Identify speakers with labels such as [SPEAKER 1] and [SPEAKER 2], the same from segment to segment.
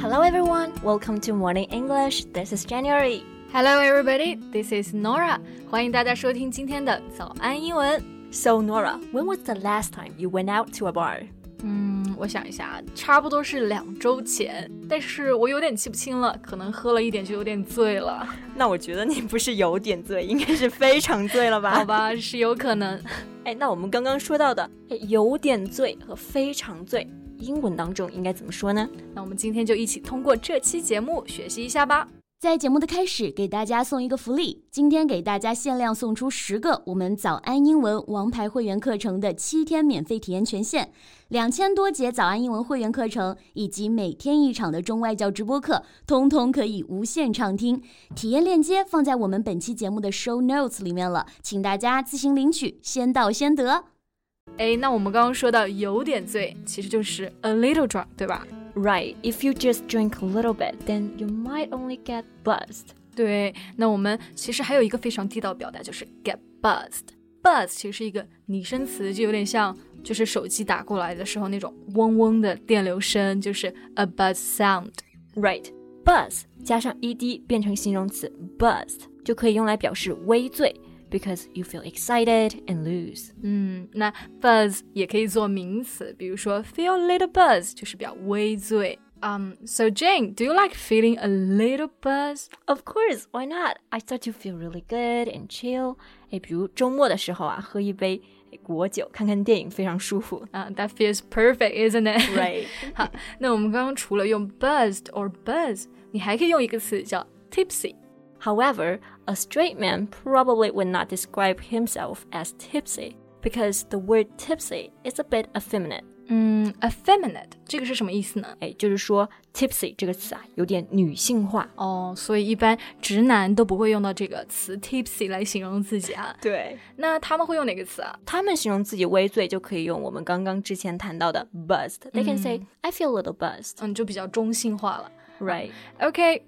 [SPEAKER 1] Hello everyone, welcome to Morning English. This is January.
[SPEAKER 2] Hello, everybody. This is Nora. 欢迎大家收听今天的早安英文。
[SPEAKER 1] So Nora, when was the last time you went out to a bar?
[SPEAKER 2] 嗯，我想一下，差不多是两周前，但是我有点记不清了，可能喝了一点就有点醉了，
[SPEAKER 1] 那我觉得你不是有点醉，应该是非常醉了吧？
[SPEAKER 2] 好吧，是有可能。
[SPEAKER 1] 哎，那我们刚刚说到的哎有点醉和非常醉，英文当中应该怎么说呢？
[SPEAKER 2] 那我们今天就一起通过这期节目学习一下吧。
[SPEAKER 3] 在节目的开始，给大家送一个福利，今天给大家限量送出十个我们早安英文王牌会员课程的七天免费体验权限，两千多节早安英文会员课程以及每天一场的中外教直播课，通通可以无限畅听。体验链接放在我们本期节目的 show notes 里面了，请大家自行领取，先到先得。
[SPEAKER 2] 哎，那我们刚刚说到有点醉，其实就是 a little drunk，对吧？
[SPEAKER 1] Right. If you just drink a little bit, then you might only get buzzed.
[SPEAKER 2] 对，那我们其实还有一个非常地道的表达，就是 get buzzed。buzz 其实是一个拟声词，就有点像就是手机打过来的时候那种嗡嗡的电流声，就是 a buzz sound。
[SPEAKER 1] Right. Buzz 加上 ed 变成形容词 buzzed 就可以用来表示微醉，because you feel excited and loose.
[SPEAKER 2] 嗯，那 buzz 也可以做名词，比如说 feel a little buzz 就是表微醉。Um, so Jane, do you like feeling a little buzz?
[SPEAKER 1] Of course, why not? I start to feel really good and chill. 哎，比如周末的时候啊，喝一杯哎果酒，看看电影，非常舒服。
[SPEAKER 2] 啊、t h a t feels perfect, isn't it?
[SPEAKER 1] Right.
[SPEAKER 2] 好，那我们刚刚除了用 buzzed or buzz，你还可以用一个词叫 tipsy。
[SPEAKER 1] However, a straight man probably would not describe himself as tipsy because the word tipsy is a bit effeminate.
[SPEAKER 2] 嗯，effeminate 这个是什么意思呢？
[SPEAKER 1] 哎，就是说 tipsy 这个词啊，有点女性化。
[SPEAKER 2] 哦，所以一般直男都不会用到这个词 tipsy 来形容自己啊。
[SPEAKER 1] 对，
[SPEAKER 2] 那他们会用哪个词啊？
[SPEAKER 1] 他们形容自己微醉，就可以用我们刚刚之前谈到的 buzzed。They can say, "I feel a little buzzed."
[SPEAKER 2] 嗯，就比较中性化了。
[SPEAKER 1] Right.
[SPEAKER 2] Okay，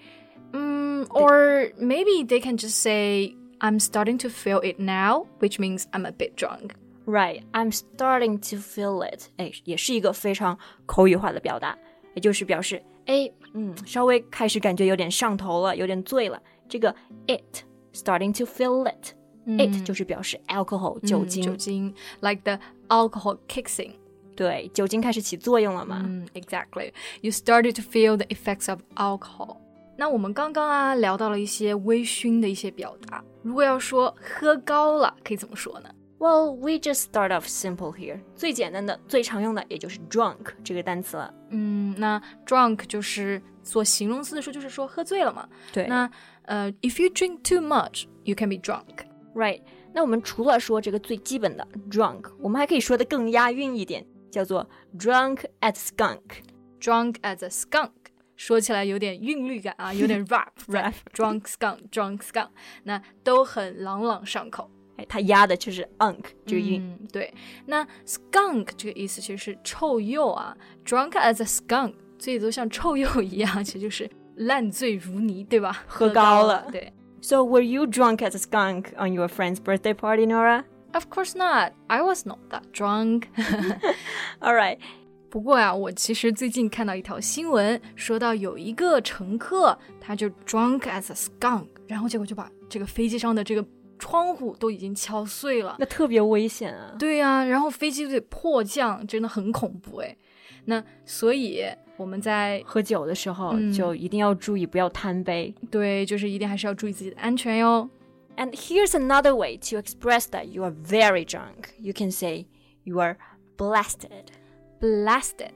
[SPEAKER 2] 嗯，or maybe they can just say I'm starting to feel it now, which means I'm a bit drunk.
[SPEAKER 1] Right, I'm starting to feel it。哎，也是一个非常口语化的表达，也就是表示，哎，嗯，稍微开始感觉有点上头了，有点醉了。这个 it starting to feel it，it、就是表示 alcohol 酒精，
[SPEAKER 2] 酒精，like the alcohol kicks in.
[SPEAKER 1] 对，酒精开始起作用了嘛。
[SPEAKER 2] 嗯，exactly. You started to feel the effects of alcohol. 那我们刚刚啊聊到了一些微醺的一些表达，如果要说喝高了，可以怎么说呢？
[SPEAKER 1] Well, we just start off simple here。最简单的、最常用的也就是 drunk 这个单词了。
[SPEAKER 2] 嗯，那 drunk 就是做形容词的时候，就是说喝醉了嘛。
[SPEAKER 1] 对那
[SPEAKER 2] 那呃，if you drink too much, you can be drunk.
[SPEAKER 1] right，那我们除了说这个最基本的 drunk，我们还可以说的更押韵一点，叫做 drunk at skunk。
[SPEAKER 2] Drunk as a skunk，说起来有点韵律感啊，有点 rap
[SPEAKER 1] Rap
[SPEAKER 2] rap，drunk skunk，drunk skunk，那都很朗朗上口。
[SPEAKER 1] 哎，它压的就是 unk 这个韵。
[SPEAKER 2] 嗯，对。那 skunk 这个意思其实是臭鼬啊，drunk as a skunk，最多像臭鼬一样，其实就是烂醉如泥，对吧？
[SPEAKER 1] 喝
[SPEAKER 2] 高
[SPEAKER 1] 高了
[SPEAKER 2] 对。
[SPEAKER 1] So were you drunk as a skunk on your friend's birthday party, Nora?
[SPEAKER 2] Of course not. I was not that drunk.
[SPEAKER 1] All right.
[SPEAKER 2] 不过呀、我其实最近看到一条新闻，说到有一个乘客，他就 drunk as a skunk，然后结果就把这个飞机上的这个窗户都已经敲碎了。
[SPEAKER 1] 那特别危险啊。
[SPEAKER 2] 对呀、然后飞机就得迫降，真的很恐怖哎。那所以我们在
[SPEAKER 1] 喝酒的时候
[SPEAKER 2] 嗯
[SPEAKER 1] 就一定要注意，不要贪杯。
[SPEAKER 2] 对，就是一定还是要注意自己的安全哟。
[SPEAKER 1] And here's another way to express that you are very drunk. You can say you are blasted.
[SPEAKER 2] Blasted,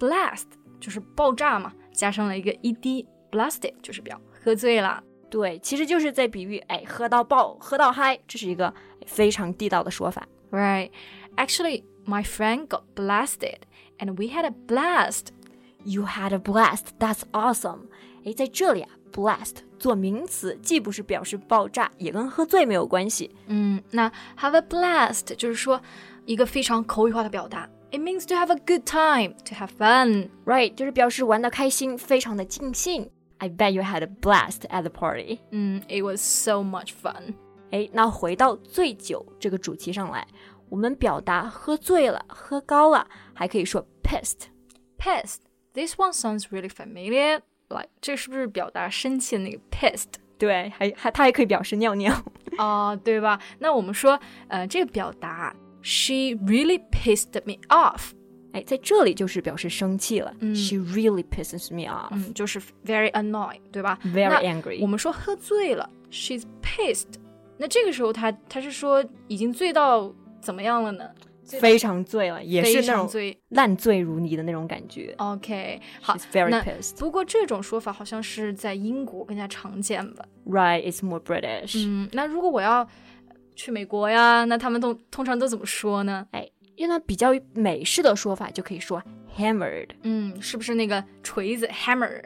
[SPEAKER 2] blast 就是爆炸嘛，加上了一个 ed blasted 就是表喝醉了。
[SPEAKER 1] 对，其实就是在比喻，哎，喝到爆，喝到嗨，这是一个非常地道的说法。
[SPEAKER 2] Right. Actually, my friend got blasted and we had a blast.
[SPEAKER 1] You had a blast. That's awesome. 哎，在这里啊，blast 做名词，既不是表示爆炸，也跟喝醉没有关系。
[SPEAKER 2] 嗯，那 have a blast 就是说一个非常口语化的表达。It means to have a good time, to have fun.
[SPEAKER 1] Right，就是表示玩的开心，非常的尽兴。I bet you had a blast at the party。
[SPEAKER 2] 嗯，It was so much fun.
[SPEAKER 1] 哎，那回到醉酒这个主题上来，我们表达喝醉了、喝高了，还可以说 pissed。
[SPEAKER 2] Pissed, This one sounds really familiar. Like，这是不是表达生气的那个 pissed
[SPEAKER 1] 对，还还它还可以表示尿尿。
[SPEAKER 2] 啊、对吧？那我们说，呃，这个表达 She really pissed me off，
[SPEAKER 1] 哎，在这里就是表示生气了。
[SPEAKER 2] 嗯
[SPEAKER 1] She really pisses me off,、
[SPEAKER 2] 嗯，就是 very annoyed，对吧
[SPEAKER 1] very
[SPEAKER 2] 我
[SPEAKER 1] angry.
[SPEAKER 2] 们说喝醉了，she's pissed。那这个时候他他是说已经醉到怎么样了呢？
[SPEAKER 1] 非常醉了，也是
[SPEAKER 2] 非
[SPEAKER 1] 那
[SPEAKER 2] 常
[SPEAKER 1] 种
[SPEAKER 2] 醉。
[SPEAKER 1] 烂醉如泥的那种感觉。
[SPEAKER 2] OK，好
[SPEAKER 1] She's，very
[SPEAKER 2] 那
[SPEAKER 1] pissed.
[SPEAKER 2] 不过这种说法好像是在英国更加常见吧？
[SPEAKER 1] Right, it's more British.
[SPEAKER 2] 嗯，那如果我要去美国呀，那他们都通常都怎么说呢？
[SPEAKER 1] 用它比较美式的说法，就可以说 hammered.
[SPEAKER 2] 嗯，是不是那个锤子 hammer，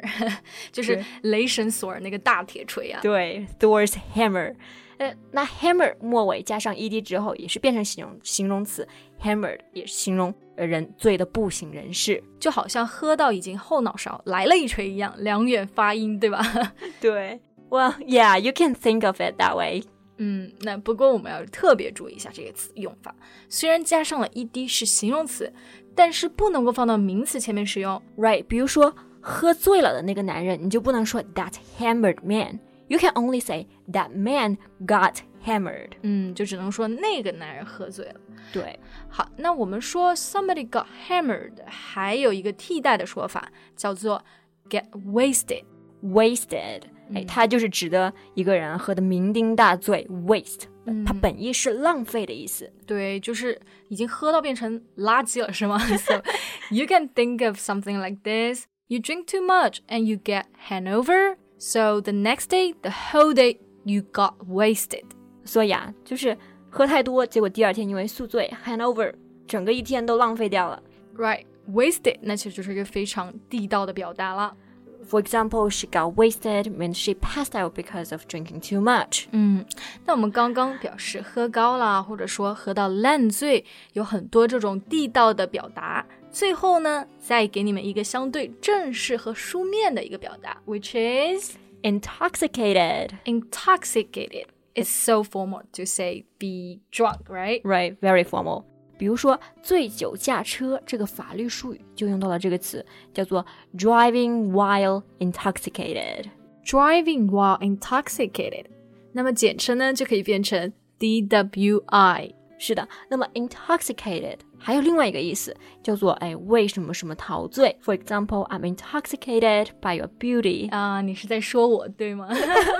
[SPEAKER 2] 就是
[SPEAKER 1] 对
[SPEAKER 2] 雷神索尔那个大铁锤啊？
[SPEAKER 1] 对，Thor's hammer。呃，那 hammer 末尾加上 ed 之后，也是变成形容形容词，hammered 也是形容呃人醉的不省人事。
[SPEAKER 2] 就好像喝到已经后脑勺来了一锤一样，两远发音，对吧？
[SPEAKER 1] 对，Well, yeah, you can think of it that way.
[SPEAKER 2] 嗯，那不过我们要特别注意一下这个词用法。虽然加上了 ed 是形容词，但是不能够放到名词前面使用。
[SPEAKER 1] Right，比如说喝醉了的那个男人，你就不能说 that hammered man。You can only say that man got hammered。
[SPEAKER 2] 嗯，就只能说那个男人喝醉了。
[SPEAKER 1] 对，
[SPEAKER 2] 好，那我们说 somebody got hammered，还有一个替代的说法叫做 get wasted。
[SPEAKER 1] wasted，哎，它就是指的一个人喝得酩酊大醉，waste，它本意是浪费的意思。
[SPEAKER 2] 对，就是已经喝到变成垃圾了，是吗 ？So you can think of something like this: you drink too much and you get hangover. So the next day, the whole day, you got wasted.
[SPEAKER 1] 所以啊，就是喝太多，结果第二天因为宿醉 hangover，整个一天都浪费掉了。
[SPEAKER 2] Right, wasted，那其实就是一个非常地道的表达了。
[SPEAKER 1] For example, she got wasted means she passed out because of drinking too much.
[SPEAKER 2] 嗯，那我们刚刚表示喝高啦，或者说喝到烂醉，有很多这种地道的表达。最后呢，再给你们一个相对正式和书面的一个表达，which is。
[SPEAKER 1] Intoxicated,
[SPEAKER 2] intoxicated. It's so formal to say be drunk, right?
[SPEAKER 1] right? Very formal. 比如说，醉酒驾车这个法律术语就用到了这个词，叫做 driving while intoxicated.
[SPEAKER 2] Driving while intoxicated. 那么简称呢就可以变成 DWI。
[SPEAKER 1] 是的，那么 intoxicated 还有另外一个意思，叫做哎为什么什么陶醉。For example, I'm intoxicated by your beauty.
[SPEAKER 2] 啊、你是在说我对吗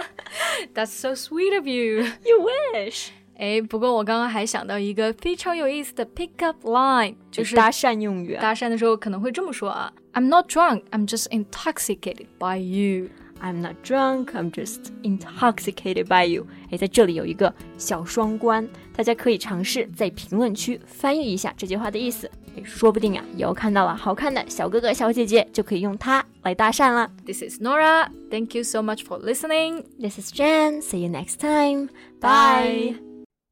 [SPEAKER 2] ？That's so sweet of you.
[SPEAKER 1] You wish，
[SPEAKER 2] 哎，不过我刚刚还想到一个非常有意思的 pickup line，就
[SPEAKER 1] 就是是搭讪用语啊。
[SPEAKER 2] 搭讪的时候可能会这么说啊：I'm not drunk, I'm just intoxicated by you.
[SPEAKER 1] I'm not drunk, I'm just intoxicated by you。哎，在这里有一个小双关，大家可以尝试在评论区翻译一下这句话的意思。哎，说不定啊，以后看到了好看的小哥哥小姐姐，就可以用它来搭讪了。
[SPEAKER 2] This is Nora. Thank you so much for listening.
[SPEAKER 1] This is Jen. See you next time.
[SPEAKER 2] Bye.